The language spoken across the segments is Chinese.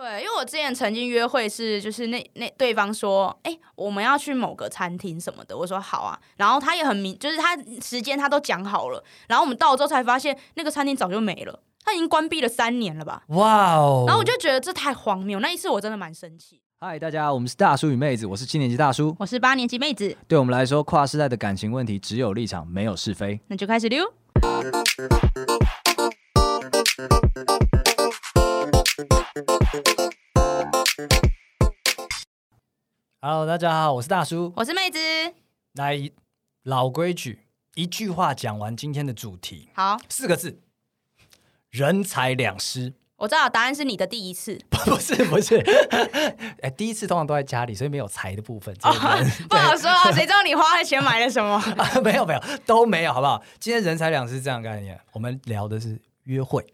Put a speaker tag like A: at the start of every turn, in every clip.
A: 我之前曾经约会是，就是那那对方说，哎、我们要去某个餐厅什么的，我说好啊，然后他也很明，就是他时间他都讲好了，然后我们到了之后才发现那个餐厅早就没了，他已经关闭了三年了吧，
B: 哇哦！
A: 然后我就觉得这太荒谬，那一次我真的蛮生气。
B: 嗨，大家，我们是大叔与妹子，我是七年级大叔。
A: 我是八年级妹子，
B: 对我们来说，跨世代的感情问题只有立场，没有是非。
A: 那就开始溜。
B: Hello，大家好，我是大叔。
A: 我是妹子，
B: 来，老规矩，一句话讲完今天的主题，
A: 好，
B: 四个字：人财两失。
A: 我知道答案是你的第一次，
B: 不是不是， 哎，第一次通常都在家里，所以没有财的部分。这个人
A: 哦 不好说啊，谁知道你花了钱买了什么？
B: 啊， 没有没有，都没有，好不好？今天人财两失这样的概念，我们聊的是约会，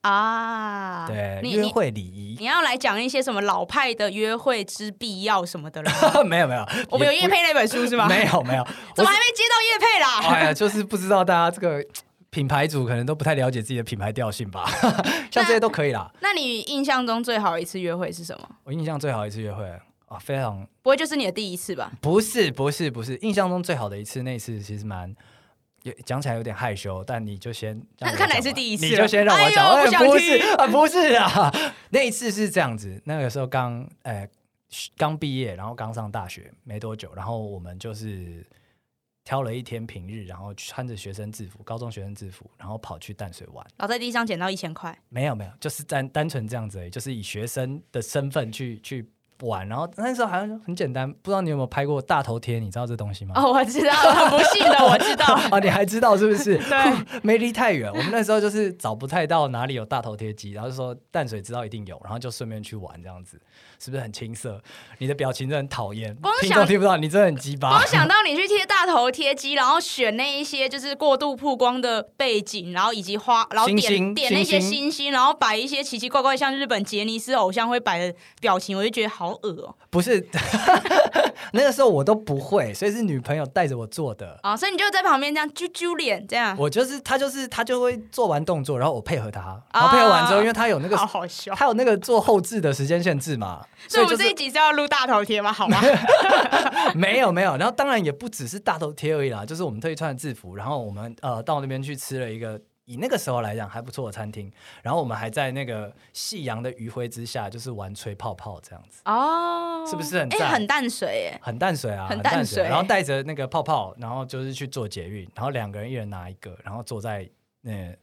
A: 啊，
B: 对，
A: 你
B: 约
A: 你
B: 会礼仪。
A: 你要来讲一些什么老派的约会之必要什么的了？
B: 没有没有，
A: 我们有
B: 也
A: 叶
B: 不
A: 配那本 书是吗？
B: 没，有没有，
A: 怎么
B: 我
A: 还没接到叶配
B: 是
A: 啦？
B: 哎呀，就是不知道大家这个品牌主可能都不太了解自己的品牌调性吧， 像这些都可以啦。
A: 那你印象中最好一次约会是什么？
B: 我印象最好一次约会啊，非常
A: 不会就是你的第一次吧？
B: 不是不是不是，印象中最好的一次，那一次其实蛮。也讲起来有点害羞，但你就先让
A: 那
B: 我
A: 看来
B: 讲
A: 是
B: 完
A: 第一次
B: 你
A: 了
B: 就先让我讲。
A: 哎呦不想
B: 不是
A: 听
B: 啊，不是啊，那一次是这样子，那个时候刚呃刚毕业，然后刚上大学没多久，然后我们就是挑了一天平日，然后穿着学生制服，高中学生制服，然后跑去淡水玩。
A: 然后在地上捡到一千 块，
B: 没有没有，就是单单纯这样子而已，就是以学生的身份去去玩。然后那时候好像很简单，不知道你有没有拍过大头贴？你知道这东西吗？
A: 哦，我知道，很不幸的，我知道。
B: 啊，你还知道是 不是？
A: 对，
B: 没离太远。我们那时候就是找不太到哪里有大头贴机，然后就说淡水知道一定有，然后就顺便去玩这样子，是不是很青涩？你的表情真的很讨厌
A: 光，
B: 听
A: 想
B: 众听不到，你真的很鸡巴
A: 光。想到你去贴大头贴机，然后选那一些就是过度曝光的背景，然后以及花，然后点
B: 星星
A: 点那些
B: 星星
A: 星星，然后摆一些奇奇怪怪像日本杰尼斯偶像会摆的表情，我就觉得好恶哦、
B: 不是， 那个时候我都不会，所以是女朋友带着我做的。
A: 啊，所以你就在旁边这样啾啾脸这样，
B: 我就是他，就是他就会做完动作，然后我配合他，然后配合完之后，因为他有那个
A: 啊好好笑。
B: 他有那个做后置的时间限制嘛，
A: 所以我
B: 就
A: 们这
B: 是
A: 一集是要录大头贴吗？好吗？
B: 没有没有，然后当然也不只是大头贴而已啦，就是我们特意穿的制服，然后我们呃到那边去吃了一个以那个时候来讲还不错的餐厅，然后我们还在那个夕阳的余晖之下，就是玩吹泡泡这样子，
A: 哦，
B: 是不是很
A: 哎、
B: 赞
A: 很淡水哎、
B: 很淡水啊，
A: 很
B: 很
A: 淡
B: 淡水，
A: 水
B: 然后带着那个泡泡，然后就是去做捷运，然后两个人一人拿一个，然后坐在那、呃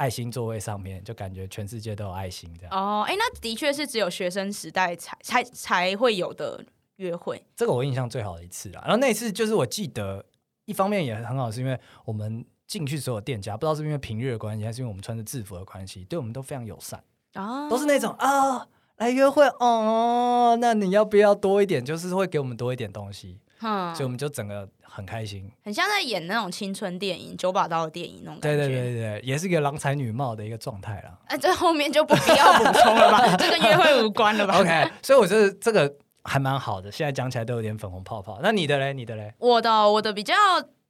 B: 爱心座位上面，就感觉全世界都有爱心这样。
A: 哦，哎、那的确是只有学生时代才才才会有的约会。
B: 这个我印象最好的一次啦。然后那一次就是我记得，一方面也很好，是因为我们进去所有店家，不知道是不是因为平日的关系，还是因为我们穿着制服的关系，对我们都非常友善，
A: 啊，
B: 都是那种啊来约会哦，那你要不要多一点？就是会给我们多一点东西，
A: 嗯
B: 所以我们就整个很开心。
A: 很像在演那种青春电影、九把刀的电影那种感觉。
B: 对对对对，对也是一个郎才女貌的一个状态 啦。
A: 啊，这后面就不必要补充了 吧，这跟约会无关了吧
B: OK，所以我觉得这个还蛮好的，现在讲起来都有点粉红泡泡。那你的嘞？你 的嘞？
A: 我的我的比较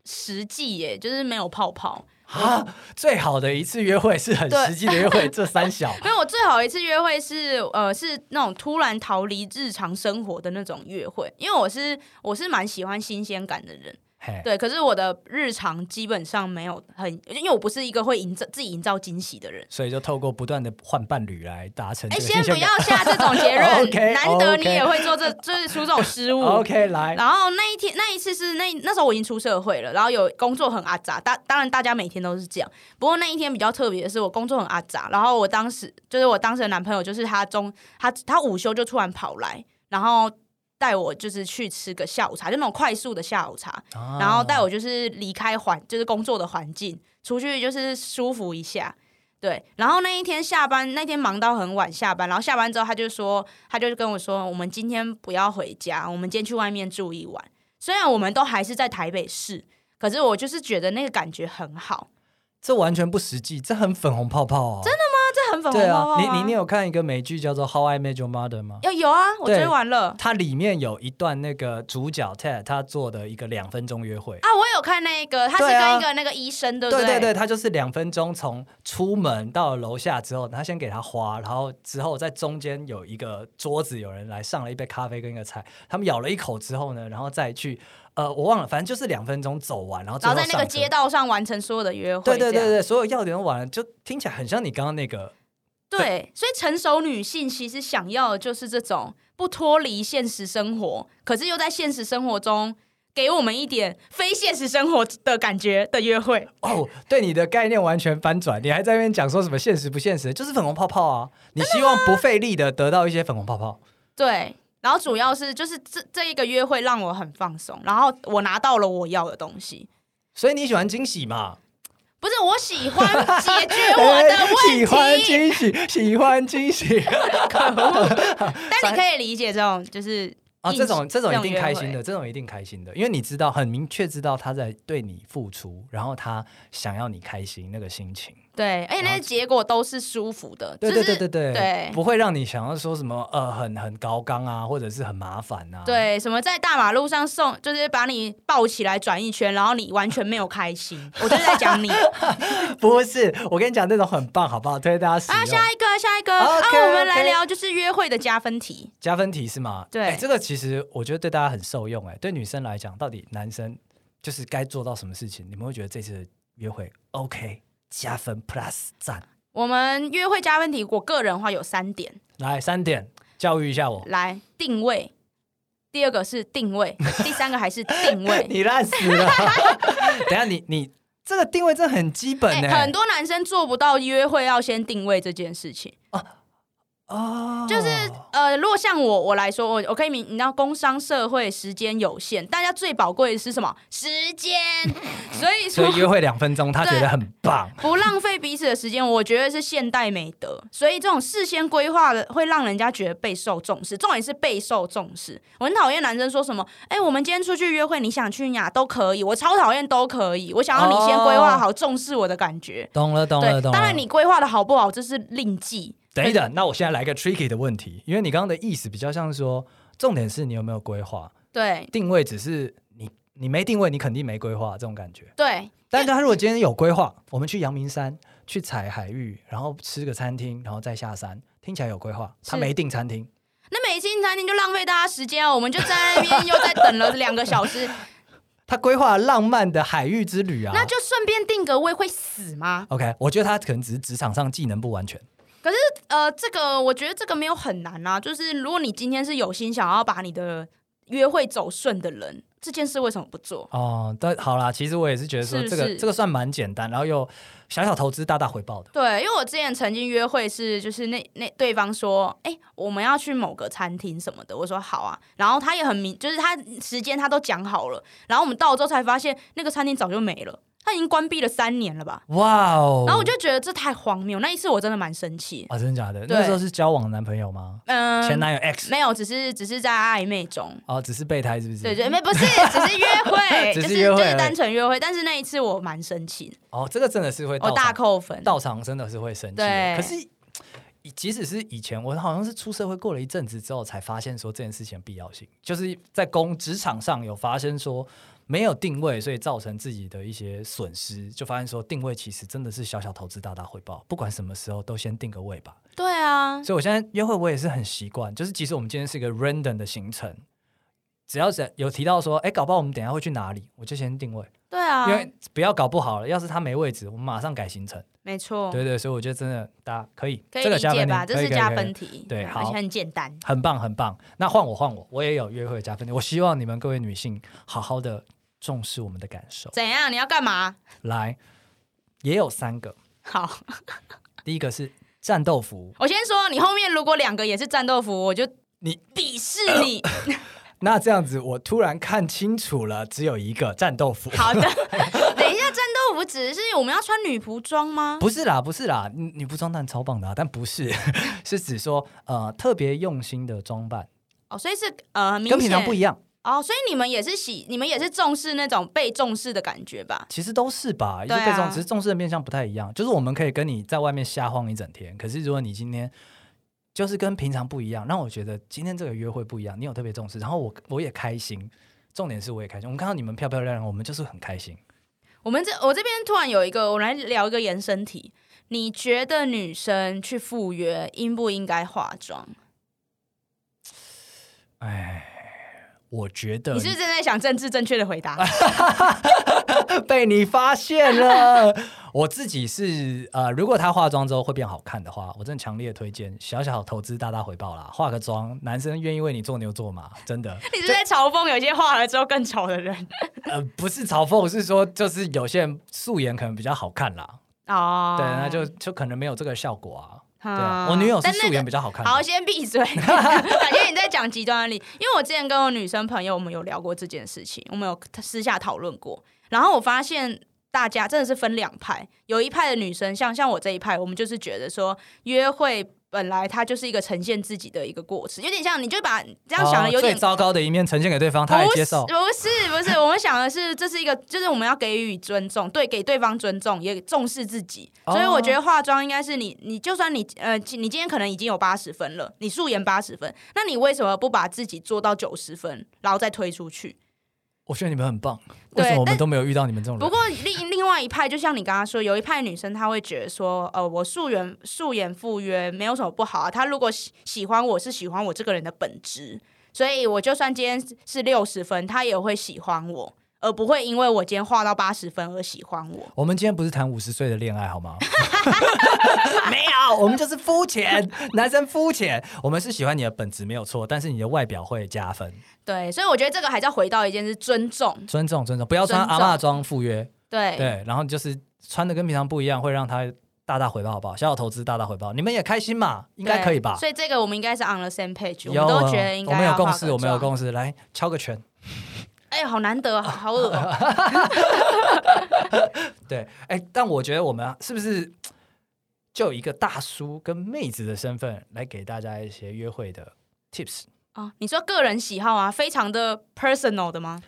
A: 实际耶，就是没有泡泡。
B: 啊，最好的一次约会是很
A: 对
B: 实际的约会，这三小。
A: 因为我最好一次约会是，呃，是那种突然逃离日常生活的那种约会。因为我是我是蛮喜欢新鲜感的人，
B: 嘿，
A: 对。可是我的日常基本上没有很，因为我不是一个会营造自己营造惊喜 的人。
B: 所以就透过不断的换伴侣来达成
A: 哎，
B: 这个
A: 先
B: 新鲜
A: 不
B: 感。
A: 要下这种结论
B: OK，
A: 难得你
B: OK
A: 也会做这，就是出这种失误。
B: OK，来，
A: 然后那一天那一次是那那时候我已经出社会了，然后有工作很阿杂，大当然大家每天都是这样。不过那一天比较特别的是我工作很阿杂，然后我当时就是我当时的男朋友就是他中他他午休就突然跑来，然后带我就是去吃个下午茶，就那种快速的下午茶，然后带
B: 我
A: 我就是离开环就是工作的环境，出去就是舒服一下。对，然后那一天下班，那天忙到很晚下班，然后下班之后他就说，他就跟我说，我们今天不要回家，我们今天去外面住一晚。虽然我们都还是在台北市，可是我就是觉得那个感觉很好，
B: 这完全不实际，这很粉红泡泡哦，真的
A: 这很粉红
B: 对
A: 泡泡
B: 啊，你
A: 啊
B: 你你有看一个美剧叫做《How I Met Your Mother》吗？
A: 有有啊，我
B: 对
A: 追完了
B: 它里面有一段那个主角 Ted 他做的一个两分钟约会。
A: 啊，我有看那个，他是
B: 对啊
A: 跟一个那个医生，对不
B: 对
A: 对
B: 对他就是两分钟从出门到楼下之后，他先给他花，然后之后在中间有一个桌子，有人来上了一杯咖啡跟一个菜，他们咬了一口之后呢，然后再去呃，我忘了，反正就是两分钟走完，然后最呃
A: 然
B: 后
A: 后在那
B: 上
A: 个
B: 车
A: 街道上完成所有的约会，
B: 对对
A: 这
B: 对
A: 样
B: 对，所有要点都完了，就听起来很像你刚刚那个
A: 对，所以成熟女性其实想要的就是这种不脱离现实生活，可是又在现实生活中给我们一点非现实生活的感觉的约会。
B: 哦，对你的概念完全翻转，你还在那边讲说什么现实不现实，就是粉红泡泡啊！你希望不费力的得到一些粉红泡泡，
A: 对，然后主要是就是这这一个约会让我很放松，然后我拿到了我要的东西。
B: 所以你喜欢惊喜嘛？
A: 不是我喜欢解决我 的
B: 喜欢
A: 问题，
B: 惊喜，喜欢惊喜
A: 但你可以理解这种就是
B: 啊！这种这种一定开
A: 这
B: 心
A: 种约
B: 的，这种一定开心的，因为你知道很明确知道他在对你付出，然后他想要你开心那个心情。
A: 对，而且那些结果都是舒服的，
B: 对
A: 就
B: 对
A: 是
B: 对对对，
A: 对
B: 不会让你想要说什么呃很很高纲啊，或者是很麻烦啊。
A: 对，什么在大马路上送，就是把你抱起来转一圈，然后你完全没有开心。我就是在 讲你啊，
B: 不是，我跟你讲，那种很棒，好不好？推荐大家使用。
A: 啊下一个，下一个
B: OK，
A: 啊，我们来
B: OK
A: 聊就是约会的加分题。
B: 加分题是吗？
A: 对
B: 哎这个其实我觉得对大家很受用、哎，对女生来讲，到底男生就是该做到什么事情，你们会觉得这次的约会 OK 加分 Plus 赞？
A: 我们约会加分题，我个人的话有三点，
B: 来三点教育一下我，
A: 来定位，第二个是定位，第三个还是定 位。
B: 你烂死了。等一下你你这个定位真的很基本欸
A: 哎
B: 呢、
A: 很多男生做不到约会要先定位这件事情，
B: 哦，
A: 就是呃，如果像我我来说，我我可以明，你知道，工商社会时间有限，大家最宝贵的是什么？时间，所以
B: 所
A: 说
B: 以约会两分钟，他觉
A: 对
B: 得很棒。
A: 不浪费彼此的时间，我觉得是现代美德。所以这种事先规划的，会让人家觉得备受重视。重点是备受重视。我很讨厌男生说什么：“哎、我们今天出去约会，你想去哪都可以。”我超讨厌都可以。我想要你先规划好，重视我的感觉。
B: 懂了，哦懂了，
A: 对，
B: 懂了。
A: 当然你规划的好不好，这是另计。
B: 等一等，那我现在来个 tricky 的问题，因为你刚刚的意思比较像说，重点是你有没有规划。
A: 对
B: 定位只是你你没定位，你肯定没规划这种感觉。
A: 对
B: 但是他如果今天有规划，我们去阳明山去采海域，然后吃个餐厅，然后再下山，听起来有规划。他
A: 是
B: 没订餐厅，
A: 那每一次进餐厅就浪费大家时间哦，我们就在那边又在等了两个小 时，
B: 啊他规划浪漫的海域之旅啊。
A: 那就顺便定个位，会死吗？
B: OK，我觉得他可能只是职场上技能不完全。
A: 呃，这个我觉得这个没有很难啊，就是如果你今天是有心想要把你的约会走顺的人，这件事为什么不做？
B: 哦，但好啦，其实我也是觉得说
A: 是
B: 这个
A: 是
B: 这个算蛮简单，然后又小小投资大大回报的。
A: 对，因为我之前曾经约会是，就是那那对方说，哎、我们要去某个餐厅什么的，我说好啊，然后他也很明，就是他时间他都讲好了，然后我们到了之后才发现那个餐厅早就没了，他已经关闭了三年了吧，
B: 哇哦！
A: 然后我就觉得这太荒谬，那一次我真的蛮生气，
B: 啊，真的假的？
A: 对
B: 那时候是交往男朋友吗？
A: 嗯、
B: 前男友 X
A: 没有，只是只是在暧昧中，
B: 哦，只是备胎是不是？
A: 对对，没不是，只是约会，
B: 只
A: 就是是
B: 约会
A: 就
B: 而
A: 是
B: 已
A: 单纯约会。但是那一次我蛮生气，
B: 哦，这个真的是会
A: 我
B: 到场
A: 大扣分。
B: 到场真的是会生气的。
A: 对
B: 可是以即使是以前，我好像是出社会过了一阵子之后，才发现说这件事情的必要性，就是在工职场上有发生说没有定位，所以造成自己的一些损失，就发现说定位其实真的是小小投资大大回报，不管什么时候都先定个位吧。
A: 对啊，
B: 所以我现在约会我也是很习惯，就是即使我们今天是一个 random 的行程。只要是有提到说，哎、搞不好我们等一下会去哪里，我就先定位，
A: 对
B: 因
A: 啊，
B: 为不要搞不好了。要是他没位置，我们马上改行程。
A: 没错，
B: 对对，所以我觉得真的大家可以，
A: 哦可以
B: 这个
A: 理
B: 加
A: 解
B: 分
A: 吧？
B: 题
A: 这
B: 可以
A: 是
B: 可以
A: 加
B: 可以
A: 分题，
B: 对
A: 而
B: 好
A: 且很简单。
B: 很棒很棒。那换我换我，我也有约会加分题。我希望你们各位女性好好的重视我们的感受。
A: 怎样？你要干嘛？
B: 来，也有三个，
A: 好，
B: 第一个是战斗服，
A: 我先说，你后面如果两个也是战斗服，我就
B: 你
A: 鄙视你。
B: 那这样子我突然看清楚了，只有一个战斗服。
A: 好的，等一下，战斗服指的是我们要穿女仆装吗？
B: 不是啦，不是啦，女女服装但超棒的、啊，但不是， 是指说呃特别用心的装扮，
A: 哦，所以是呃，很明
B: 跟平常
A: 显
B: 不一样。
A: 哦，所以你们也是喜，你们也是重视那种被重视的感觉吧？
B: 其实都是吧，也
A: 对
B: 是
A: 啊
B: 被重，只是重视的面向不太一样。就是我们可以跟你在外面瞎晃一整天，可是如果你今天就是跟平常不一样，让我觉得今天这个约会不一样，你有特别重视，然后我我也开心。重点是我也开心，我们看到你们漂漂亮亮，我们就是很开心。
A: 我们这我这边突然有一个，我来聊一个延伸题。你觉得女生去赴约应不应该化妆？
B: 我觉得
A: 你是不是正在想政治正确的回答？
B: 被你发现了。我自己是呃，如果她化妆之后会变好看的话，我真的强烈推荐，小小投资大大回报啦。化个妆，男生愿意为你做牛做马，真的。
A: 你是不是在嘲讽有一些化了之后更丑的人？
B: 呃，不是嘲讽，是说就是有些人素颜可能比较好看啦，
A: 哦，
B: 对，那就就可能没有这个效果啊。对
A: 对
B: 啊，我女友是
A: 但那
B: 素
A: 个
B: 颜比较好看的。
A: 好，先闭嘴。 感觉你在讲极端案例，因为我之前跟我女生朋友，我们有聊过这件事情，我们有私下讨论过。然后我发现大家真的是分两派，有一派的女生，像像我这一派，我们就是觉得说约会。本来它就是一个呈现自己的一个过程，有点像你就把这样想的
B: 哦
A: 有点
B: 最糟糕的一面呈现给对方，他也
A: 不
B: 接
A: 是
B: 受。
A: 不是不是，我们想的是这是一个，就是我们要给予尊重，对，给对方尊重，也重视自己。
B: 哦
A: 所以我觉得化妆应该是你，你就算你呃，你今天可能已经有八十分了，你素颜八十分，那你为什么不把自己做到九十分，然后再推出去？
B: 我觉得你们很棒，为
A: 对
B: 什么我们
A: 但
B: 都没有遇到你们这种人？
A: 不过另另外一派，就像你刚刚说，有一派女生她会觉得说，呃，我素颜素颜赴约没有什么不好啊。她如果喜喜欢我是喜欢我这个人的本质，所以我就算今天是六十分，她也会喜欢我，而不会因为我今天画到八十分而喜欢我。
B: 我们今天不是谈五十岁的恋爱 好吗？没有，我们就是肤浅，男生肤浅。我们是喜欢你的本质没有错，但是你的外表会加分。
A: 对，所以我觉得这个还是要回到一件事，尊重。
B: 尊重，尊重，不要穿
A: 尊重
B: 阿嬷装赴约。
A: 对，
B: 对，然后就是穿的跟平常不一样，会让他大大回报，好不好？小小投资，大大回报，你们也开心嘛？
A: 应
B: 应该可以吧？
A: 所以这个我们应该是 on the same page，我
B: 有
A: 们都
B: 啊
A: 觉得应
B: 我
A: 该
B: 们有
A: 要
B: 共
A: 化
B: 识，
A: 个
B: 我们有
A: 妆
B: 共识，来敲个拳。
A: 哎，好难得，好好恶哦、
B: 对，哎，但我觉得我们是不是就一个大叔跟妹子的身份来给大家一些约会的 tips？
A: 哦，你说个人喜好啊，非常的 personal 的吗？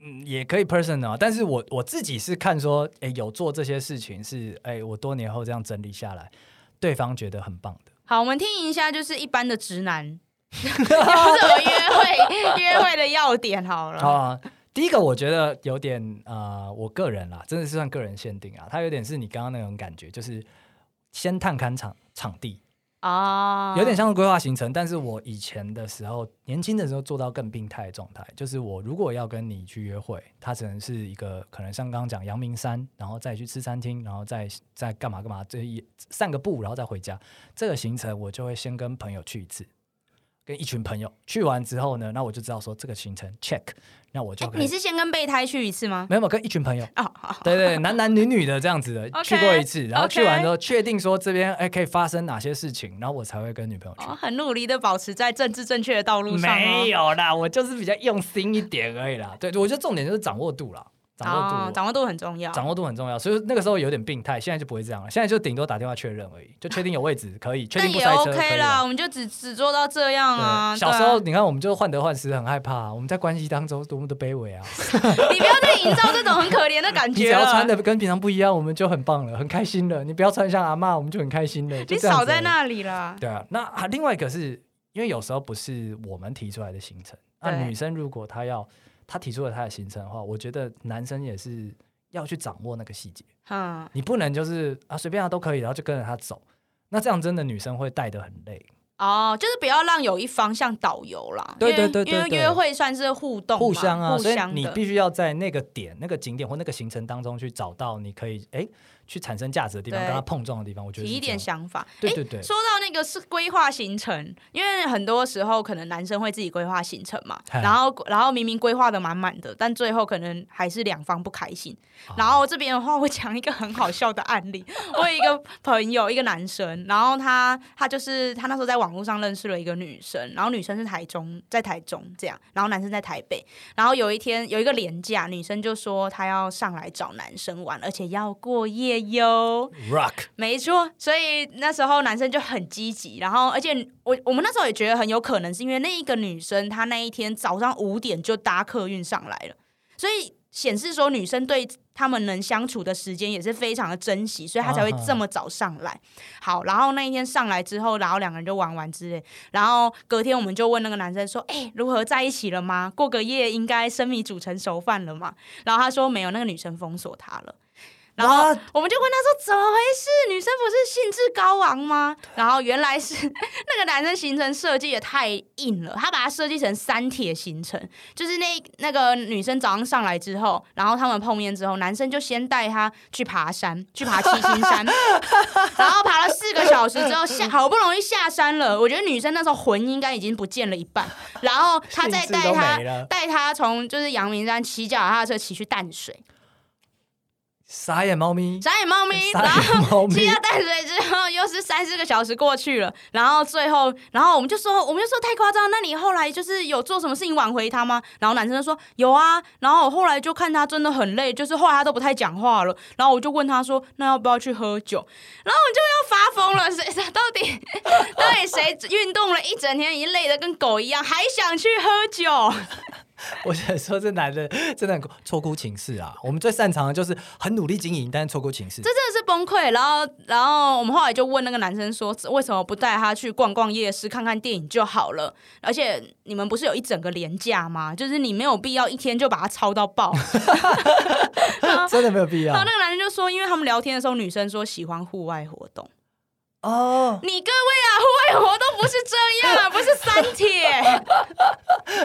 B: 嗯，也可以 personal，但是我我自己是看说，哎，有做这些事情是，哎，我多年后这样整理下来，对方觉得很棒的。
A: 好，我们听一下，就是一般的直 男有什么约会约会的要点好 了。
B: 啊、第一个我觉得有点呃，我个人啦，真的是算个人限定啊，它有点是你刚刚那种感觉，就是先探勘场场地，
A: 哦，
B: 有点像是规划行程。但是我以前的时候，年轻的时候做到更病态的状态，就是我如果要跟你去约会，它只能是一个可能像刚刚讲阳明山，然后再去吃餐厅，然后再再干嘛干嘛，这一散个步，然后再回家。这个行程我就会先跟朋友去一次。跟一群朋友去完之后呢，那我就知道说这个行程 check，那我就
A: 哎。
B: 可以
A: 你是先跟备胎去一次吗？
B: 没有，没有跟一群朋友，
A: 哦，好，
B: 对对，男男女女的这样子的
A: OK，
B: 去过一次，然后
A: OK
B: 去完之后确定说这边哎可以发生哪些事情，然后我才会跟女朋友去。
A: 哦，很努力的保持在政治正确的道路上、哦。
B: 没有啦，我就是比较用心一点而已啦。对，我觉得重点就是掌握度啦，掌握度，
A: 哦，掌握度很重要。
B: 掌握度很重要。所以那个时候有点病态，现在就不会这样了，现在就顶多打电话确认而已，就确定有位置可以，确
A: 但
B: 定不
A: 也
B: 塞车可
A: OK
B: 以
A: 啦，
B: 啦。
A: 我们就只只做到这样啊。
B: 对，小时候你看我们就患得患失，很害怕、啊我们在关系当中多么的卑微啊！
A: 对 啊你不要再营造这种很可怜的 感
B: 你只
A: 觉了。
B: 要穿的跟平常不一样，我们就很棒了，很开心了。你不要穿像阿嬷，我们就很开心了。就
A: 你
B: 这样子
A: 少在
B: 而已
A: 那里啦。
B: 对啊，那啊另外一个是因为有时候不是我们提出来的行程，那
A: 对
B: 女生如果她要她提出了她的行程的话，我觉得男生也是要去掌握那个细节，
A: 嗯，
B: 你不能就是啊随便啊都可以，然后就跟着她走。那这样真的女生会带得很累，
A: 哦，就是不要让有一方像导游啦。
B: 对
A: 因为
B: 对对对
A: 因为
B: 对
A: 约会算是互动嘛，
B: 互相啊，
A: 互
B: 所以
A: 相
B: 你
A: 的。
B: 必须要在那个点、那个景点或那个行程当中去找到你可以哎去产生价值的地方，
A: 对
B: 跟她碰撞的地方。我觉得
A: 提
B: 是
A: 一
B: 这
A: 点
B: 样，
A: 想法。
B: 对
A: 诶
B: 对对
A: 说到那个是规划行程，因为很多时候可能男生会自己规划行程嘛，
B: 嗨
A: 然后然后明明规划的满满的，但最后可能还是两方不开心。
B: 哦
A: 然后这边的话，我讲一个很好笑的案 例，我有一个朋友，一个男生，然后他他就是他那时候在网络上认识了一个女生，然后女生是台中，在台中这样，然后男生在台北，然后有一天有一个廉价，女生就说她要上来找男生玩，而且要过夜业哟。
B: rock，
A: 没错，所以那时候男生就很积极，然后而且我我们那时候也觉得很有可能是因为那一个女生她那一天早上五点就搭客运上来了，所以显示说女生对他们能相处的时间也是非常的珍惜，所以她才会这么早上来。好，然后那一天上来之后，然后两个人就玩完之类，然后隔天我们就问那个男生说：“哎、如何在一起了吗？过个夜应该生米煮成熟饭了嘛？”然后他说没有，那个女生封锁他了。然后
B: What？
A: 我们就问他说：“怎么回事？女生不是兴致高昂吗？”然后原来是 那个男生行程设计也太硬了，他把它设计成三铁行程，就是那那个女生早上上来之后，然后他们碰面之后，男生就先带她去爬山，去爬七星山，然后爬了四个小时之后下，好不容易下山了。我觉得女生那时候魂应该已经不见了一半，然后他再
B: 兴致
A: 带
B: 都
A: 她
B: 没了
A: 带她从就是阳明山骑脚踏车骑去淡水，
B: 傻眼猫咪，
A: 傻眼猫咪， 啊
B: 傻
A: 然后。
B: 眼猫咪
A: 骑，到淡水之后，又是哦三四个小时过去了，然后最后，然后我们就说，我们就说太夸张，那你后来就是有做什么事情挽回他吗？然后男生就说有啊，然后我后来就看他真的很累，就是后来他都不太讲话了，然后我就问他说，那要不要去喝酒？然后我们就要发疯了，谁谁到底到底 谁运动了一整天，已经累得跟狗一样，还想去喝酒？
B: 我想说这男的真的很错估情势啊！我们最擅长的就是很努力经营，但是错估情势
A: 这。真的是崩溃。然后，然后我们后来就问那个男生说，为什么不带他去逛逛夜市、看看电影就好了？而且你们不是有一整个连假吗？就是你没有必要一天就把他操到 爆。
B: 真的没有必要
A: 然后那个男生就说，因为他们聊天的时候，女生说喜欢户外活动。
B: 哦！
A: 你各位啊，户外活动不是这样啊，不是三铁，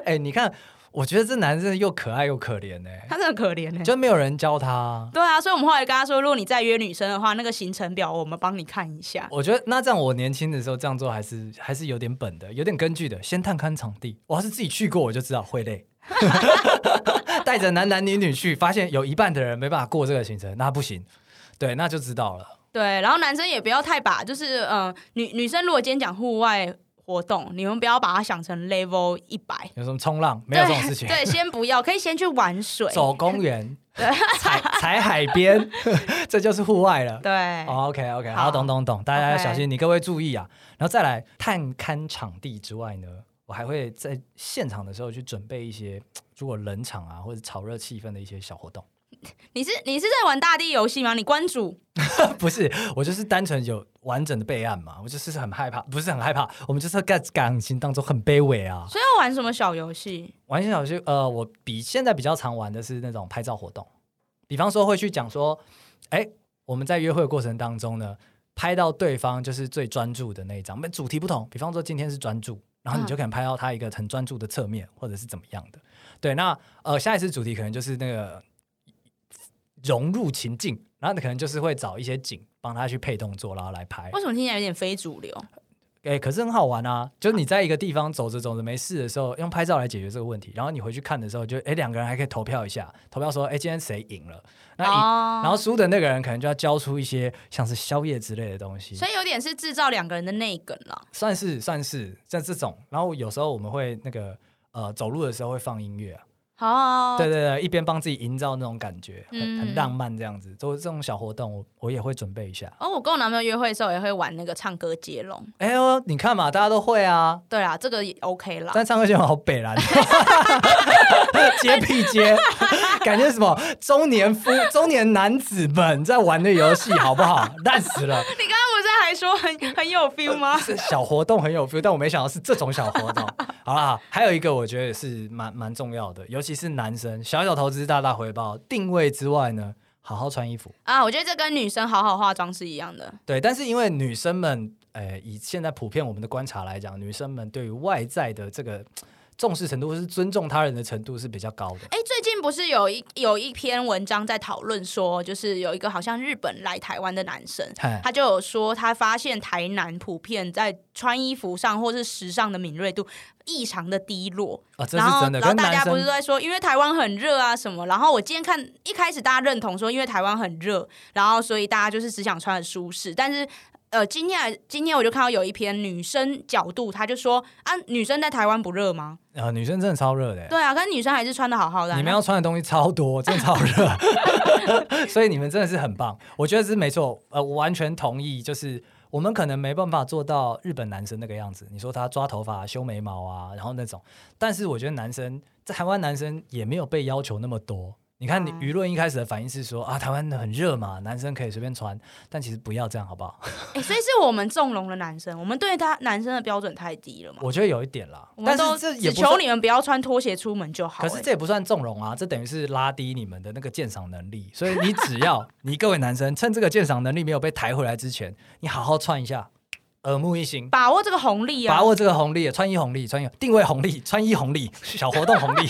B: 哎，你看，我觉得这男生又可爱又可怜呢，
A: 他真的可怜呢、欸
B: 就没有人教他。
A: 对啊，所以我们后来跟他说，如果你再约女生的话，那个行程表我们帮你看一下。
B: 我觉得那这样，我年轻的时候这样做还是还是有点本的，有点根据的。先探勘场地，我要是自己去过，我就知道会 累。 带着男男女女去，发现有一半的人没办法过这个行程，那不行。对，那就知道了。
A: 对，然后男生也不要太把，就是呃，女女生如果今天讲户外活动，你们不要把它想成 level 一百，
B: 有什么冲浪？没有这种事情。
A: 对，先不要，可以先去玩水，
B: 走公园，踩踩海边， 这就是户外了。
A: 对，
B: o k OK，
A: 哎好
B: 哦好，懂懂懂，大家要
A: OK
B: 小心，你各位注意啊。然后再来探勘场地之外呢，我还会在现场的时候去准备一些，如果冷场啊或者炒热气氛的一些小活动。
A: 你是你是在玩大地游戏吗？你关注
B: 不是，我就是单纯有完整的备案嘛，我就是很害怕，不是很害怕，我们就是在感情当中很卑微啊。
A: 所以要玩什么小游戏？
B: 玩一些小游戏，呃，我比现在比较常玩的是那种拍照活动，比方说会去讲说，哎，我们在约会的过程当中呢，拍到对方就是最专注的那一张，那主题不同，比方说今天是专注，然后你就可能拍到他一个很专注的侧面，或者是怎么样的。对，那呃，下一次主题可能就是那个融入情境，然后你可能就是会找一些景帮他去配动作，然后来拍。
A: 为什么听起来有点非主流？
B: 哎、可是很好玩啊！就是你在一个地方走着走着没事的时候，用拍照来解决这个问题，然后你回去看的时候就，哎两个人还可以投票一下，投票说哎、今天谁赢了，那赢、
A: 哦
B: 然后输的那个人可能就要交出一些像是宵夜之类的东西，
A: 所以有点是制造两个人的内梗了。
B: 算是算是像这种。然后有时候我们会那个呃走路的时候会放音乐、啊，
A: 哦，
B: 对对对，一边帮自己营造那种感觉，很
A: 嗯
B: 很浪漫这样子。做这种小活动我我也会准备一下。
A: 哦，我跟我男朋友约会的时候也会玩那个唱歌接龙。
B: 哎呦，你看嘛，大家都会啊，
A: 对啦，这个也 OK 啦。
B: 但唱歌节目好北蓝， 接屁接，感觉什么中年夫、中年男子们在玩的游戏，好不好？烂死了！
A: 你刚刚不是还说很很有 feel 吗？
B: 这小活动很有 feel，但我没想到是这种小活动。好啦，还有一个我觉得也是蛮蛮重要的，尤其是男生，小小投资大大回报，定位之外呢，好好穿衣服。
A: 啊，我觉得这跟女生好好化妆是一样的。
B: 对，但是因为女生们，呃，以现在普遍我们的观察来讲，女生们对于外在的这个重视程度，或是尊重他人的程度是比较高的。
A: 哎，最近不是有一有一篇文章在讨论说，就是有一个好像日本来台湾的男生，
B: 嗨
A: 他就有说他发现台南普遍在穿衣服上或是时尚的敏锐度异常的低落，
B: 啊，这
A: 然
B: 是
A: 后
B: 真的。
A: 然后
B: 跟
A: 大
B: 男
A: 家不是都
B: 生
A: 在说，因为台湾很热啊什么，然后我今天看一开始大家认同说，因为台湾很热，然后所以大家就是只想穿很舒适，但是。呃，今天还今天我就看到有一篇女生角度，她就说啊，女生在台湾不热吗？
B: 啊、女生真的超热的欸、
A: 对啊，可是女生还是穿的好好的啊、
B: 你们要穿的东西超多，真的超热， 所以你们真的是很棒。我觉得是没错，呃，我完全同意。就是我们可能没办法做到日本男生那个样子，你说他抓头发、修眉毛啊，然后那种，但是我觉得男生在台湾男生也没有被要求那么多。你看，你
A: 嗯
B: 舆论一开始的反应是说啊，台湾很热嘛，男生可以随便穿，但其实不要这样，好不好？
A: 哎、所以是我们纵容了男生，我们对他男生的标准太低了嘛。
B: 我觉得有一点啦
A: 我，们
B: 但
A: 都
B: 是这
A: 只
B: 也不算
A: 求你们不要穿拖鞋出门就好、
B: 可是
A: 欸
B: 这也不算纵容啊，这等于是拉低你们的那个鉴赏能力。所以你 只要你各位男生趁这个鉴赏能力没有被抬回来之前，你好好穿一下，耳目一新，
A: 把握这个红利啊，
B: 把握这个红利，穿衣红利，穿衣定位红利，穿衣红利，小活动 红利，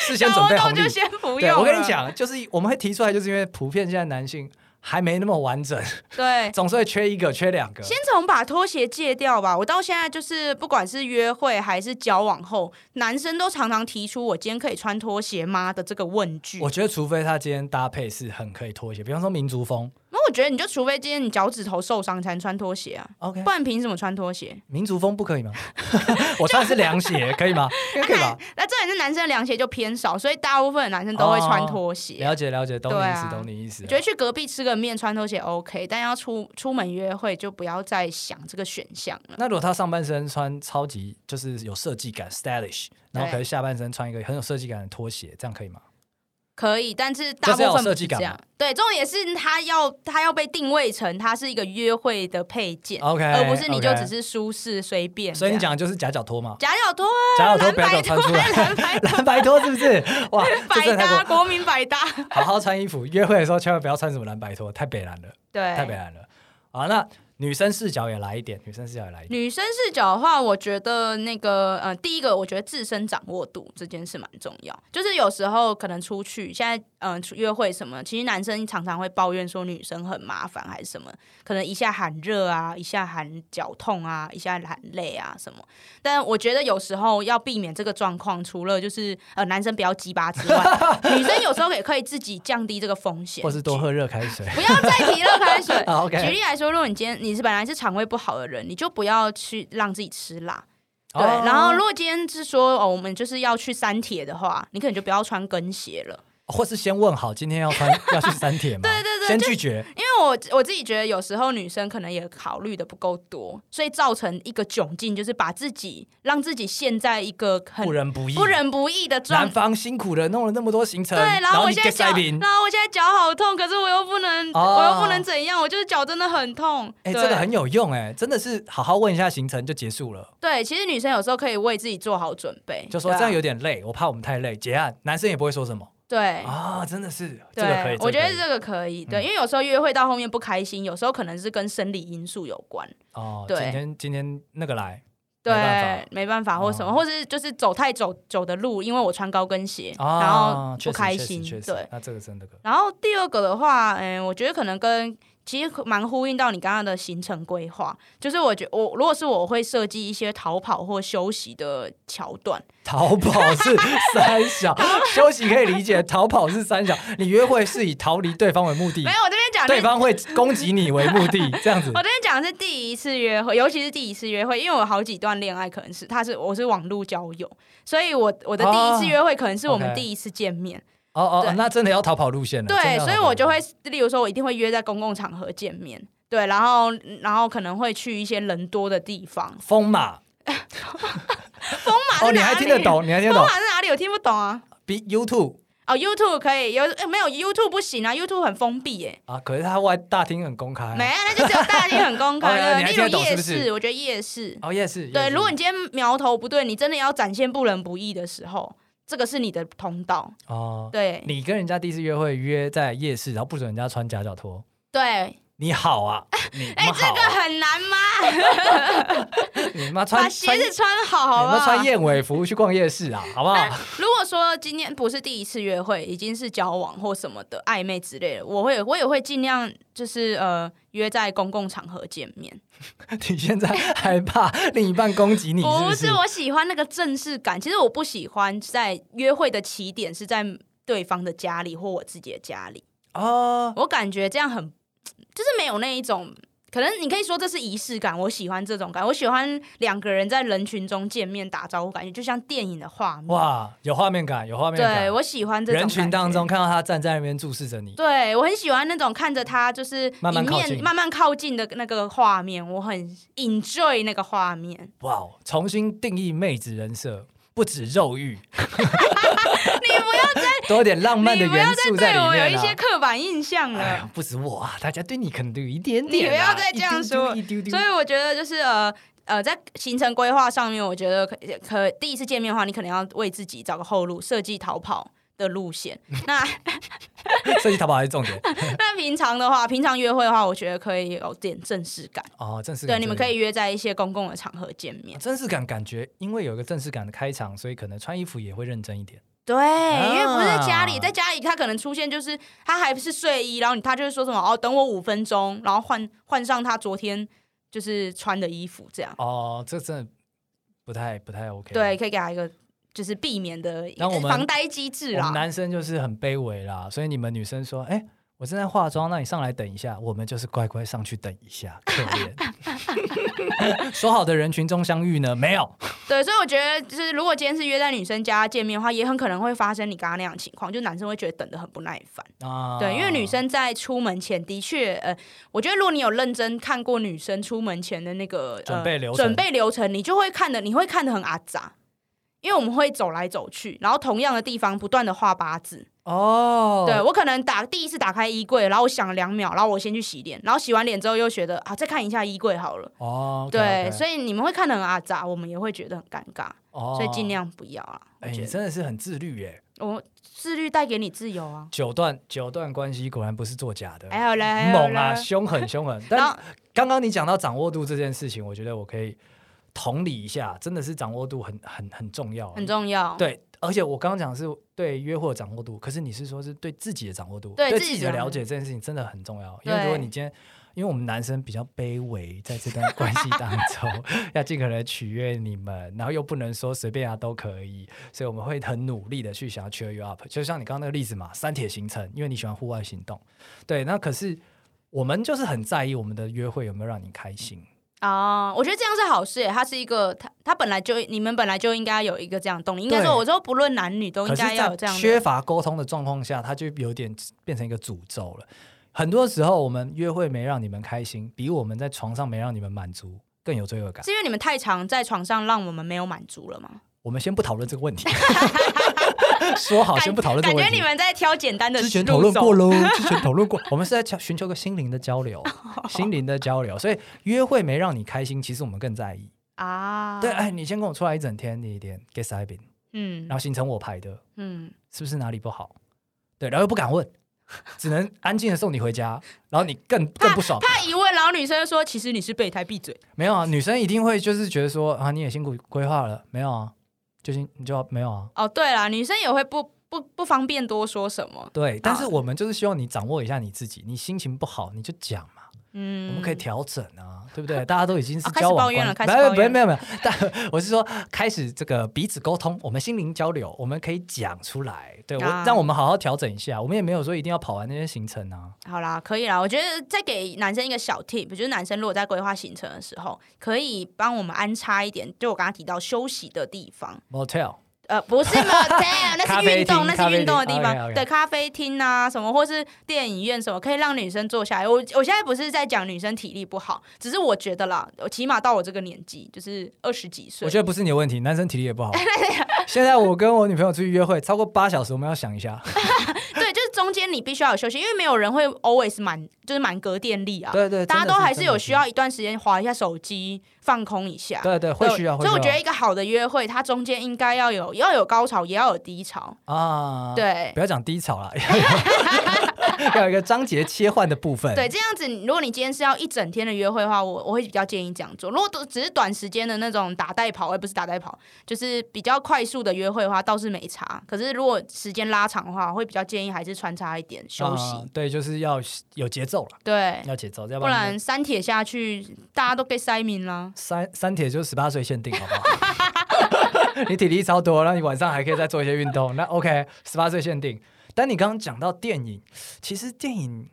B: 事先准备
A: 小活动
B: 红利
A: 就。先不
B: 对，
A: 用。
B: 我跟你，讲，就是我们会提出来，就是因为普遍现在男性还没那么完整，
A: 对，
B: 总是会缺一个、缺两个。
A: 哎先从把拖鞋戒掉吧。我到现在就是，不管是约会还是交往后，男生都常常提出我今天可以穿拖鞋吗的这个问句。
B: 我觉得，除非他今天搭配是很可以脱鞋，比方说民族风
A: 那我觉得你就除非今天你脚趾头受伤才能穿拖鞋啊，
B: ，OK，
A: 不然凭什么穿拖鞋？
B: 民族风不可以吗？ 我穿的是凉鞋，可以吗？应该可以吧？
A: 那这里是男生的凉鞋就偏少，所以大部分的男生都会
B: 哦
A: 穿拖鞋。
B: 了解了解，懂你
A: 对
B: 意思，
A: 啊
B: 懂你意思
A: 我。觉得去隔壁吃个面穿拖鞋 OK，但要出出门约会就不要再想这个选项了。
B: 那如果他上半身穿超级就是有设计感 stylish，然后
A: 对
B: 可是下半身穿一个很有设计感的拖鞋，这样可以吗？
A: 可以，但是大
B: 就
A: 部
B: 是要有
A: 分不
B: 设计
A: 是
B: 感
A: 这
B: 嘛
A: 样。对，重点是他要他要被定位成他是一个约会的配件
B: OK，
A: 而不是你就
B: OK
A: 只是舒适随便。
B: 所以你讲的就是夹脚拖嘛，
A: 假脚拖啊，
B: 夹脚拖
A: 蓝
B: 不要给
A: 白
B: 我
A: 拖
B: 穿
A: 啊，
B: 出来，
A: 蓝白
B: 蓝白拖是 不是？哇， 这
A: 百
B: 真的太
A: 搭，
B: 过。
A: 国民百 搭。
B: 好好穿衣服，约会的时候千万不要穿什么蓝白拖，太北蓝了，太北
A: 对，
B: 蓝了。好，那女生视角也来一点，女生视角也来一点。
A: 女生视角的话，我觉得那个呃，第一个我觉得自身掌握度这件事蛮重要。就是呃有时候可能出去，现在嗯、呃出约会什么，其实男生常常会抱怨说女生很麻烦还是什么，可能一下喊热啊，一下喊脚痛啊，一下喊累啊什么。但我觉得有时候要避免这个状况，除了就是呃男生不要鸡巴之外， 女生有时候也可以自己降低这个风险，
B: 或是多喝热开水。。
A: 不要再提热开水
B: 好，OK
A: 举例来说，如果你今天你是本来是肠胃不好的人，你就不要去让自己吃辣。对，
B: 哦
A: 然后如果今天是说哦，我们就是要去三铁的话，你可能就不要穿跟鞋了，
B: 或是先问好今天要穿要去三铁吗？
A: 对对对
B: 先
A: 就
B: 拒绝。
A: 因为我我自己觉得有时候女生可能也考虑的不够多，所以造成一个窘境，就是把自己让自己陷在一个很
B: 不仁不义，
A: 不仁不义的状
B: 南方辛苦了，弄了那么多行程，
A: 对，然后我
B: 你
A: 现在
B: get
A: 脚
B: 塞，宾，
A: 然后我现在脚好痛，可是我又不能，
B: 哦
A: 我又不能怎样，我就是脚真的很痛。
B: 哎、
A: 对
B: 这个很有用哎、真的是好好问一下行程就结束了，
A: 对，其实女生有时候可以为自己做好准备，
B: 就说
A: 对啊
B: 这样有点累，我怕我们太累，结案，男生也不会说什么
A: 对。
B: 啊，真的是这
A: 对，
B: 个可以，
A: 我觉得
B: 这个
A: 这个可以，
B: 嗯
A: 对，因为有时候约会到后面不开心，有时候可能是跟生理因素有关，
B: 可以哦，
A: 对
B: 今天今天那个来
A: 对
B: 没办法，
A: 没办法或什么，
B: 哦
A: 或是就是走太走走的路，因为我穿高跟鞋，
B: 啊，
A: 然后
B: 确
A: 不
B: 实
A: 开
B: 确实
A: 心，
B: 确实
A: 对。
B: 那这个真的可
A: 然后第二个的话，嗯，我觉得可能跟其实蛮呼应到你刚刚的行程规划，就是我觉我如果是我我会设计一些逃跑或休息的桥段，
B: 逃跑是三 小，休息可以理解，逃跑是三小，你约会是以逃离对方为目的
A: 没，有，我这边讲那
B: 对方会攻击你为目的，这样子
A: 我。这边讲的是第一次约会，尤其是第一次约会，因为我好几段恋爱可能是他是我是网络交友，所以我我的第一次约会可能是我们
B: 哦 OK
A: 第一次见面，
B: 哦哦
A: 对
B: 哦，那真的要逃跑路线了。真的
A: 对，
B: 要逃
A: 所
B: 跑
A: 以我就会
B: 路线
A: 例如说我一定会约在公共场合见面，对，然后然后可能会去一些人多的地方，
B: 疯马
A: 风马
B: 哦，
A: 是哪里？
B: 你还听得？懂？你还听得
A: 风
B: 懂
A: 马是哪里？我听不懂啊。
B: ？B YouTube
A: 哦，YouTube 可以有、诶没有 YouTube 不行啊？YouTube 很封闭耶、
B: 啊，可是他外大厅很公开啊。
A: 没啊，那就只有大厅很公
B: 哦
A: 开
B: 你
A: 的，
B: 还
A: 例
B: 听得
A: 如
B: 懂是
A: 夜
B: 不是
A: 市，我觉得夜市
B: 哦，夜市
A: 对，
B: 夜市
A: 如果你今天苗头不对，你真的要展现不仁不义的时候，这个是你的通道。
B: 哦，
A: 对
B: 你跟人家第一次约会约在夜市，然后不准人家穿夹脚拖，
A: 对，哎、
B: 你 好啊，你妈
A: 这
B: 好
A: 个
B: 啊，
A: 很难吗？
B: 你妈穿
A: 哎把
B: 穿
A: 鞋
B: 你
A: 子穿好，好不啊
B: 妈
A: 好？
B: 穿燕尾服去逛夜市啊，好不好？
A: 如果说今天不是第一次约会，已经是交往或什么的暧昧之类的，我会我也会尽量就是呃约在公共场合见面。
B: 你现在害怕另一半攻击你是
A: 不
B: 是？
A: 我喜欢那个正式感，其实我不喜欢在约会的起点是在对方的家里或我自己的家里，
B: 哦，
A: 我感觉这样很就是没有那一种。可能你可以说这是仪式感，我喜欢这种感，我喜欢两个人在人群中见面打招呼，感觉就像电影的画面。
B: 哇，有画面感，有画面
A: 对
B: 感。
A: 我喜欢这种
B: 人群
A: 感觉
B: 当中，看到他站在那边注视着你，
A: 对我很喜欢那种看着他就是
B: 慢慢
A: 一
B: 靠
A: 面
B: 近
A: 慢慢靠近的那个画面，我很 enjoy 那个画面。
B: 哇哦！重新定义妹子人设，不止肉欲，
A: 你不要
B: 多一点浪漫的
A: 你不要
B: 元
A: 再
B: 素在
A: 对
B: 里
A: 我有
B: 面
A: 一些
B: 啊。
A: 刻板印象了。
B: 哎呀，不止我啊，大家对你可能都有一点
A: 你
B: 点啊。
A: 不要再这样说
B: 一丢丢一丢丢
A: 所以我觉得就是呃呃，在行程规划上面，我觉得可可第一次见面的话，你可能要为自己找个后路，设计逃跑的路 线。那
B: 设计淘宝还是重点
A: 那平常的话，平常约会的话，我觉得可以有点正式感。
B: 哦，正啊式感。
A: 对，你们可以。约在一些公共的场合见面。
B: 正式感感觉，因为有一个正式感的开场，所以可能穿衣服也会认真一点。
A: 对，因为不是在家里，
B: 啊
A: 在家里他可能出现就是他还是睡衣，然后你他就会说什么哦，等我五分钟，然后换换上他昨天就是穿的衣服这样。
B: 哦，这真的不太不太 OK。
A: 对，，可以给他一个就是避免的一
B: 然后我们
A: 防呆机制
B: 我
A: 啦
B: 们。男生就是很卑微啦，所以你们女生说，哎、我正在化妆，那你上来等一下，我们就是乖乖上去等一下，可怜。 说好的人群中相遇呢？没有，
A: 对，所以我觉得就是如果今天是约在女生家见面的话，也很可能会发生你刚刚那样的情况，就男生会觉得等的很不耐烦。
B: 啊，
A: 对，因为女生在出门前的确，呃，我觉得如果你有认真看过女生出门前的那个、呃、
B: 准备流程
A: 准备流程，你就会看的，你会看的很阿杂。因为我们会走来走去，然后同样的地方不断的画八字。
B: 哦，
A: 对我可能打第一次打开衣柜，然后我想了两秒，然后我先去洗脸，然后洗完脸之后又觉得啊，再看一下衣柜好了。
B: 哦，
A: 对，
B: 以
A: 所以你们会看得很阿杂，我们也会觉得很尴尬，
B: 哦
A: 所以尽，量不要啊。我
B: 哎、
A: 觉
B: 你
A: 得
B: 真的是很自律耶。
A: 我自律带给你自由啊。
B: 九段九段关系果然不是作假的，
A: 还有嘞，还有
B: 猛
A: 嘞
B: 啊，凶狠凶 狠。
A: 哎然
B: 但
A: 后
B: 刚刚你讲到掌握度这件事情，我觉得我可以同理一下，真的是掌握度很很很重要，啊
A: 很重要。
B: 对，而且我刚刚讲的是对约会的掌握度，可是你是说是对自己的掌握度，
A: 对自
B: 自
A: 己
B: 己
A: 的
B: 的
A: 掌握度
B: 了解这件事情真的很重要。因为如果
A: 对
B: 你今天，因为我们男生比较卑微，在这段关系当 中，要尽可能取悦你们，然后又不能说随便啊都可以，所以我们会很努力的去想要 cheer you up。就像你刚刚那个例子嘛，三铁行程，因为你喜欢户外行动，对，那可是我们就是很在意我们的约会有没有让你开心。
A: 啊、我觉得这样是好事耶，它是一个，它它本来就你们本来就应该有一个这样的动力。应该
B: 对
A: 说，我说不论男女都
B: 可
A: 应
B: 是，
A: 该要有
B: 在
A: 这样
B: 缺
A: 的。
B: 乏沟通的状况下，它就有点变成一个诅咒了。很多时候，我们约会没让你们开心，比我们在床上没让你们满足更有罪恶感。
A: 是因为你们太常在床上让我们没有满足了吗？
B: 我们先不讨论这 个问题，说好哦先不讨论这
A: 感
B: 个问
A: 觉你
B: 题。
A: 们在挑简单的
B: 之
A: 路
B: 前讨论过
A: 走。
B: 喽， 之前讨论过，我们是在求寻求个心灵的交流，心灵的交流。所以约会没让你开心，其实我们更在意。
A: 啊。
B: 对，哎，你先跟我出来一整天，你一点 get s i b i n
A: 嗯
B: 然后行程我排的，
A: 嗯，
B: 是不是哪里不好？对，然后又不敢问， 只能安静的送你 回家，然后你更更不爽。
A: 他一问，然后女生就说：“其实你是备胎，闭嘴。
B: 没有啊，女生一定会就是觉得说啊，你也辛苦规划了，没有啊，就是你就要没有啊。”
A: 哦，对了，女生也会不不不方便多说什么。
B: 对，但是我们就是希望你掌握一下你自己，你心情不好你就讲嘛，
A: 嗯，
B: 我们可以调整啊，对不对？大家都已经是
A: 啊开始
B: 交往
A: 抱怨了
B: 关
A: 开始
B: 没有
A: 抱
B: 没有
A: 怨
B: 没有没有，但我是说开始这个彼此沟通，我们心灵交流，我们可以讲出来，对我
A: 啊
B: 让我们好好调整一下，我们也没有说一定要跑完那些行程啊。
A: 好啦，可以啦。我觉得再给男生一个小 tip，就是男生如果在规划行程的时候，可以帮我们安插一点，就我刚刚提到休息的地方，
B: Motel
A: 呃，不是 motel，那
B: 咖
A: 是
B: 啡
A: 运动，
B: 厅
A: 那
B: 咖
A: 是
B: 啡
A: 运动的
B: 厅
A: 地方
B: OK，OK
A: 对，咖啡厅啊，什么或是电影院什么，可以让女生坐下来。我我现在不是在讲女生体力不好，只是我觉得啦，我起码到我这个年纪，就是二十几岁
B: 我，觉得不是你的问题，男生体力 也不好。现在我跟我女朋友出去约会，超过八小时，我们要想一下。
A: 对，就是中间你必须要有休息，因为没有人会 always 满，就是满格电力啊。
B: 对对，
A: 大家
B: 真的
A: 都还是有需。
B: 真的
A: 要一段时间划一下手机，放空一下。
B: 对对，会需要，会
A: 所以我
B: 需
A: 觉得
B: 要
A: 一个好的约会，它中间应该要有要有高潮，也要有低潮。
B: 啊，，
A: 对
B: 不要讲低潮 了，要有一个章节切换的部分。
A: 对，这样子，如果你今天是要一整天的约会的话，我我会比较建议这样做。如果都只是短时间的那种打带跑，而不是打带跑，就是比较快速的约会的话，倒是没差。可是如果时间拉长的话，会比较建议还是穿插一点休息。
B: 啊对，就是要有节奏了，
A: 对，
B: 要节奏，要
A: 不然三铁下去，大家都被塞明了。
B: 三三铁就是十八岁限定，好不 好？你体力超多，然后你晚上还可以再做一些运动，那 OK，十八岁限定。但你刚刚讲到电影，其实电影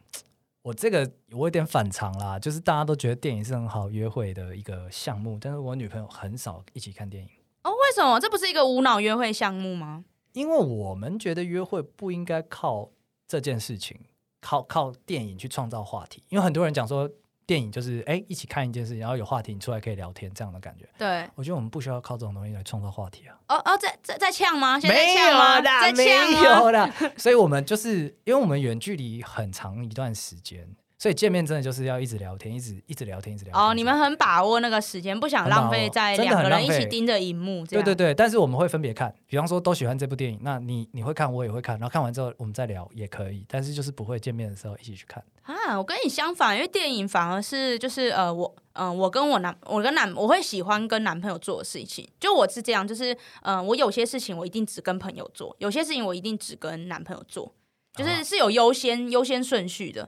B: 我这个我有点反常啦，就是大家都觉得电影是很好约会的一个项目，但是我女朋友很少一起看电影，
A: 哦，为什么这不是一个无脑约会项目吗？
B: 因为我们觉得约会不应该靠这件事情，靠靠电影去创造话题，因为很多人讲说电影就是哎一起看一件事情，然后有话题你出来可以聊天这样的感觉。
A: 对，
B: 我觉得我们不需要靠这种东西来创造话题啊，
A: 哦哦，在在在呛吗？现在在
B: 没有
A: 呛吗？
B: 啦，
A: 在
B: 没
A: 呛吗？
B: 有啦， 所以我们就是因为我们远距离很长一段时间，所以见面真的就是要一直聊天，一直一直聊天，一直聊天。
A: 哦，你们很把握那个时间，不想浪费在
B: 很把
A: 两
B: 握
A: 个人一
B: 真的很浪
A: 起
B: 费
A: 盯着荧幕这
B: 对
A: 样。
B: 对
A: 对，
B: 对，但是我们会分别看，比方说都喜欢这部电影，那你你会看，我也会看，然后看完之后我们再聊也可以，但是就是不会见面的时候一起去看。
A: 啊，我跟你相反，因为电影反而是就是呃，我嗯、呃我跟我男，我跟男，我会喜欢跟男朋友做的事情。就我是这样，就是嗯、呃我有些事情我一定只跟朋友做，有些事情我一定只跟男朋友做，就是
B: 啊
A: 是有优先优先顺序的。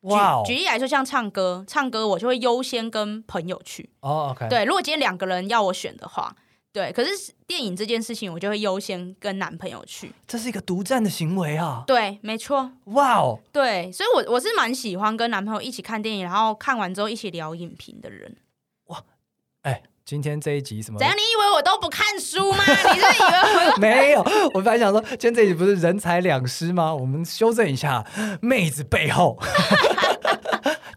A: 举
B: 哇哦
A: 举例来说，像唱歌，唱歌我就会优先跟朋友去。
B: 哦，OK，，
A: 对，如果今天两个人要我选的话，对，可是电影这件事情，我就会优先跟男朋友去。
B: 这是一个独占的行为啊！
A: 对，没错，
B: 哇哦，
A: 对，所以我我是蛮喜欢跟男朋友一起看电影，然后看完之后一起聊影评的人。
B: 哎，今天这一集什么
A: 怎？样？你以为我都不看书吗？你是以为 我
B: 没有，我本来想说，今天这一集不是人财两失吗？我们修正一下，妹子背后。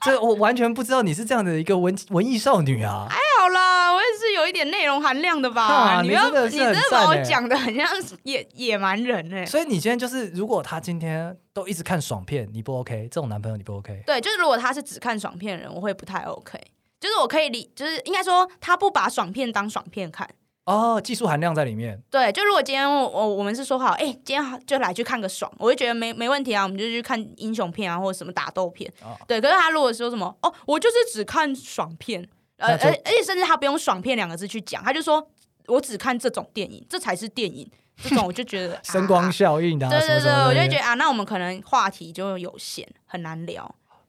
B: 这我完全不知道你是这样的一个文文艺少女啊！
A: 好啦？我也是有一点内容含量的吧？
B: 哈
A: 你
B: 你
A: 不要
B: 真的
A: 你
B: 是
A: 真
B: 很
A: 的把我
B: 赞欸
A: 讲的很像野野蛮人哎、
B: 所以你今天就是，如果他今天都一直看爽片，你不 OK？这种男朋友你不 OK？
A: 对，就是如果他是只看爽片的人，我会不太 OK。就是我可以理，就是应该说他不把爽片当爽片看。
B: 哦，技术含量在里面。
A: 对，就如果今天我我我们是说好，哎、今天就来去看个爽，我就觉得没没问题啊，我们就去看英雄片啊，或者什么打斗片。
B: 哦
A: 对，可是他如果说什么哦，我就是只看爽片，呃，
B: 那就
A: 而而且甚至他不用“爽片”两个字去讲，他就说我只看这种电影，这才是电影。这种我就觉 得
B: 声光
A: 啊
B: 效应的、啊，
A: 对
B: 什么
A: 对
B: 什
A: 对，
B: 么
A: 我就
B: 的
A: 觉得啊，那我们可能话题就有限，很难聊。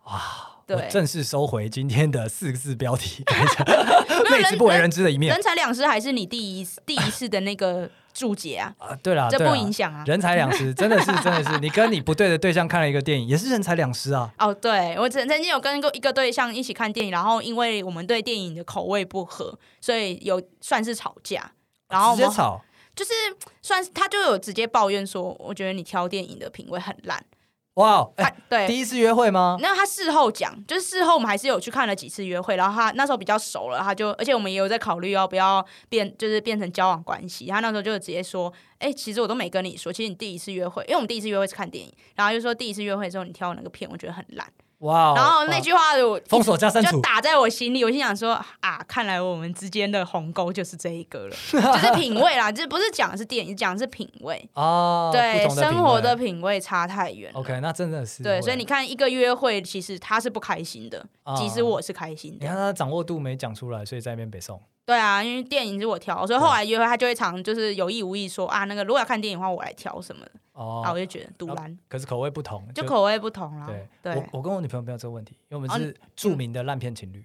B: 哇！
A: 对
B: 我正式收回今天的四个字标题，改成
A: 有
B: 妹子
A: 人
B: 不为人知的一面
A: 人财两失还是你第一第一次的那个注解啊，
B: 啊！对啦，
A: 这
B: 对
A: 不
B: 啦
A: 影响啊。
B: 人财两失，真的是真的是，你跟你不对的对象看了一个电影，也是人财两失啊！
A: 哦，对我曾曾经有跟一个一个对象一起看电影，然后因为我们对电影的口味不合，所以有算是吵架，然后我
B: 哦直接
A: 们
B: 吵，
A: 就是算是他就有直接抱怨说，我觉得你挑电影的品味很烂。
B: 哇哦！
A: 他
B: 哎，
A: 对，
B: 第一次约会吗？
A: 那他事后讲，就是事后我们还是有去看了几次约会，然后他那时候比较熟了，他就而且我们也有在考虑要不要变，就是变成交往关系。他那时候就直接说，哎、其实我都没跟你说，其实你第一次约会，因为我们第一次约会是看电影，然后他就说第一次约会的时候你挑那个片，我觉得很烂。
B: 哇哦！
A: 然后
B: 哇
A: 那句话我
B: 封锁加删
A: 就
B: 除，
A: 打在我心里，我心想说啊，看来我们之间的鸿沟就是这一 个了，就是品味啦，这不是讲的是电影，讲的是品味，
B: 哦，
A: 对
B: 不同
A: 生活的
B: 品
A: 品味差太远
B: 味
A: 了。
B: OK，那真的是
A: 对，
B: 会
A: 所以你看一个约会，其实他是不开心的，
B: 啊
A: 即使我是开心
B: 你
A: 的。
B: 看他掌握度没讲出来，所以在那边北宋。
A: 对啊，因为电影是我挑，
B: 啊
A: 所以后来约会他就会常就是有意无意说啊，那个如果要看电影的话，我来挑什么的，然后
B: 哦
A: 我，就觉得独蓝
B: 可是口味不同，
A: 就口味不同啦。
B: 对，
A: 对，
B: 我我跟我女朋友没有这个问题，因为我
A: 哦
B: 们是著名的烂片情 侣。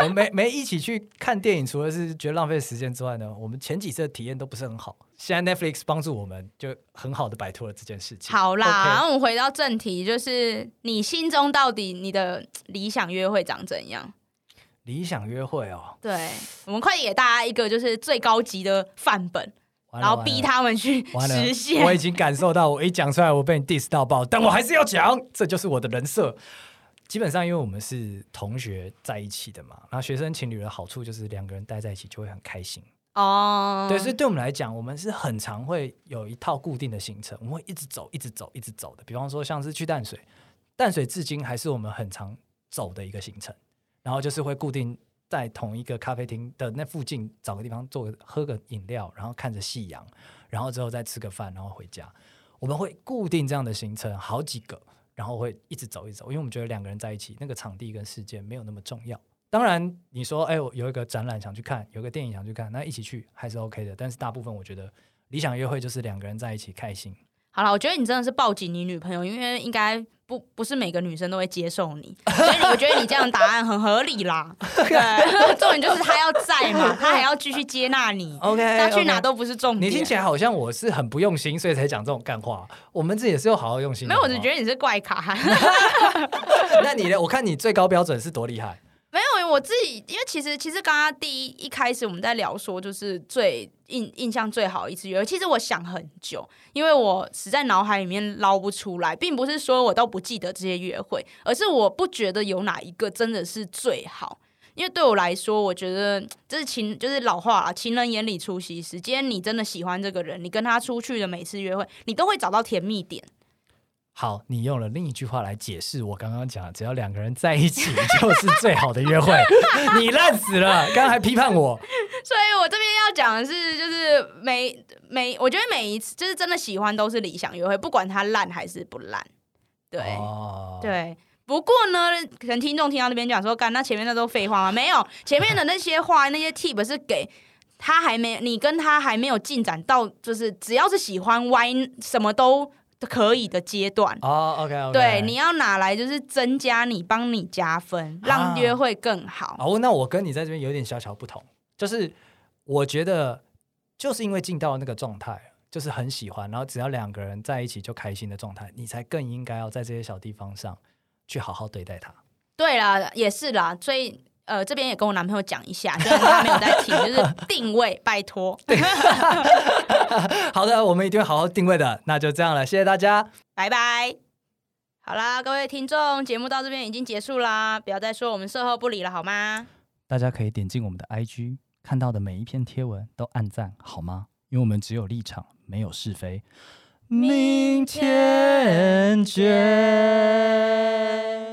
B: 我们没没一起去看电影，除了是觉得浪费时间之外呢，我们前几次的体验都不是很好。现在 Netflix 帮助我们，就很好的摆脱了这件事情。
A: 好啦，然
B: OK
A: 后我们回到正题，就是你心中到底你的理想约会长怎样？
B: 理想约会哦，
A: 对，我们快点给大家一个就是最高级的范本，
B: 完了
A: 然后逼。他们去
B: 完了完了
A: 实
B: 我已
A: 现。
B: 经感受到，我一讲出来，我被你 diss 到爆，但我还是要讲，这就是我的人设。基本上，因为我们是同学在一起的嘛，然后学生情侣的好处就是两个人待在一起就会很开心。
A: 哦，
B: 对，所以对我们来讲，我们是很常会有一套固定的行程，我们会一直走，一直走，一直走的。比方说，像是去淡水，淡水至今还是我们很常走的一个行程。然后就是会固定在同一个咖啡厅的那附近找个地方坐个喝个饮料，然后看着夕阳，然后之后再吃个饭，然后回家。我们会固定这样的行程好几个，然后会一直走一直走，因为我们觉得两个人在一起，那个场地跟时间没有那么重要。当然，你说，哎，我有一个展览想去看，有一个电影想去看，那一起去还是 OK 的。但是大部分我觉得理想约会就是两个人在一起开心。
A: 好了，我觉得你真的是抱紧你女朋友，因为应该不不是每个女生都会接受 你，所以我觉得你这样的答案很合理啦。对，重点就是他要在嘛，他还要继续接纳你，
B: OK，
A: 他去哪
B: 哦哎 OK
A: 都不是重
B: 你听
A: 点。
B: 起来好像我是很不用心，所以才讲这种干话。我们这也是有好好用心
A: 没
B: 的。
A: 有，我只
B: 得
A: 觉得你是怪 咖。
B: 那你的，我看你最高标准是多厉害？
A: 没有，我自己因为其实其实刚刚第一一开始我们在聊说，就是最印印象最好一次约会，其实我想很久，因为我实在脑海里面捞不出来，并不是说我都不记得这些约会，而是我不觉得有哪一个真的是最好。因为对我来说，我觉得嗯这是情，就是老话啦，情人眼里出西施。今天你真的喜欢这个人，你跟他出去的每次约会，你都会找到甜蜜点。
B: 好，你用了另一句话来解释我刚刚讲，只要两个人在一 起就是最好的约会。你烂死了，刚刚还批判我。
A: 所以我这边要讲的是，就是每每，我觉得每一次就是真的喜欢都是理想约会，不管它烂还是不烂，对、
B: 哦，
A: 对。不过呢，可能听众听到那边讲说，干那前面那都废话吗？没有，前面的那些话那些 tip 是给他还没你跟他还没有进展到，就是只要是喜欢 Y 什么都可以的阶段。
B: 哦，OK OK。
A: 对，你要拿来就是增加你帮你加分，让
B: 啊
A: 约会更好。
B: 哦，那我跟你在这边有点小小不同，就是我觉得就是因为进到那个状态，就是很喜欢，然后只要两个人在一起就开心的状态，你才更应该要在这些小地方上去好好对待他。
A: 对啦，也是啦，所以呃，这边也跟我男朋友讲一下，虽然他没有在听，就是定位，拜托，
B: 好的，我们一定会好好定位的。那就这样了，谢谢大家。
A: 拜拜。好啦，各位听众，节目到这边已经结束啦，不要再说我们售后不理了，好吗？
B: 大家可以点进我们的 IG，看到的每一篇贴文都按赞好吗？因为我们只有立场，没有是非。明天见。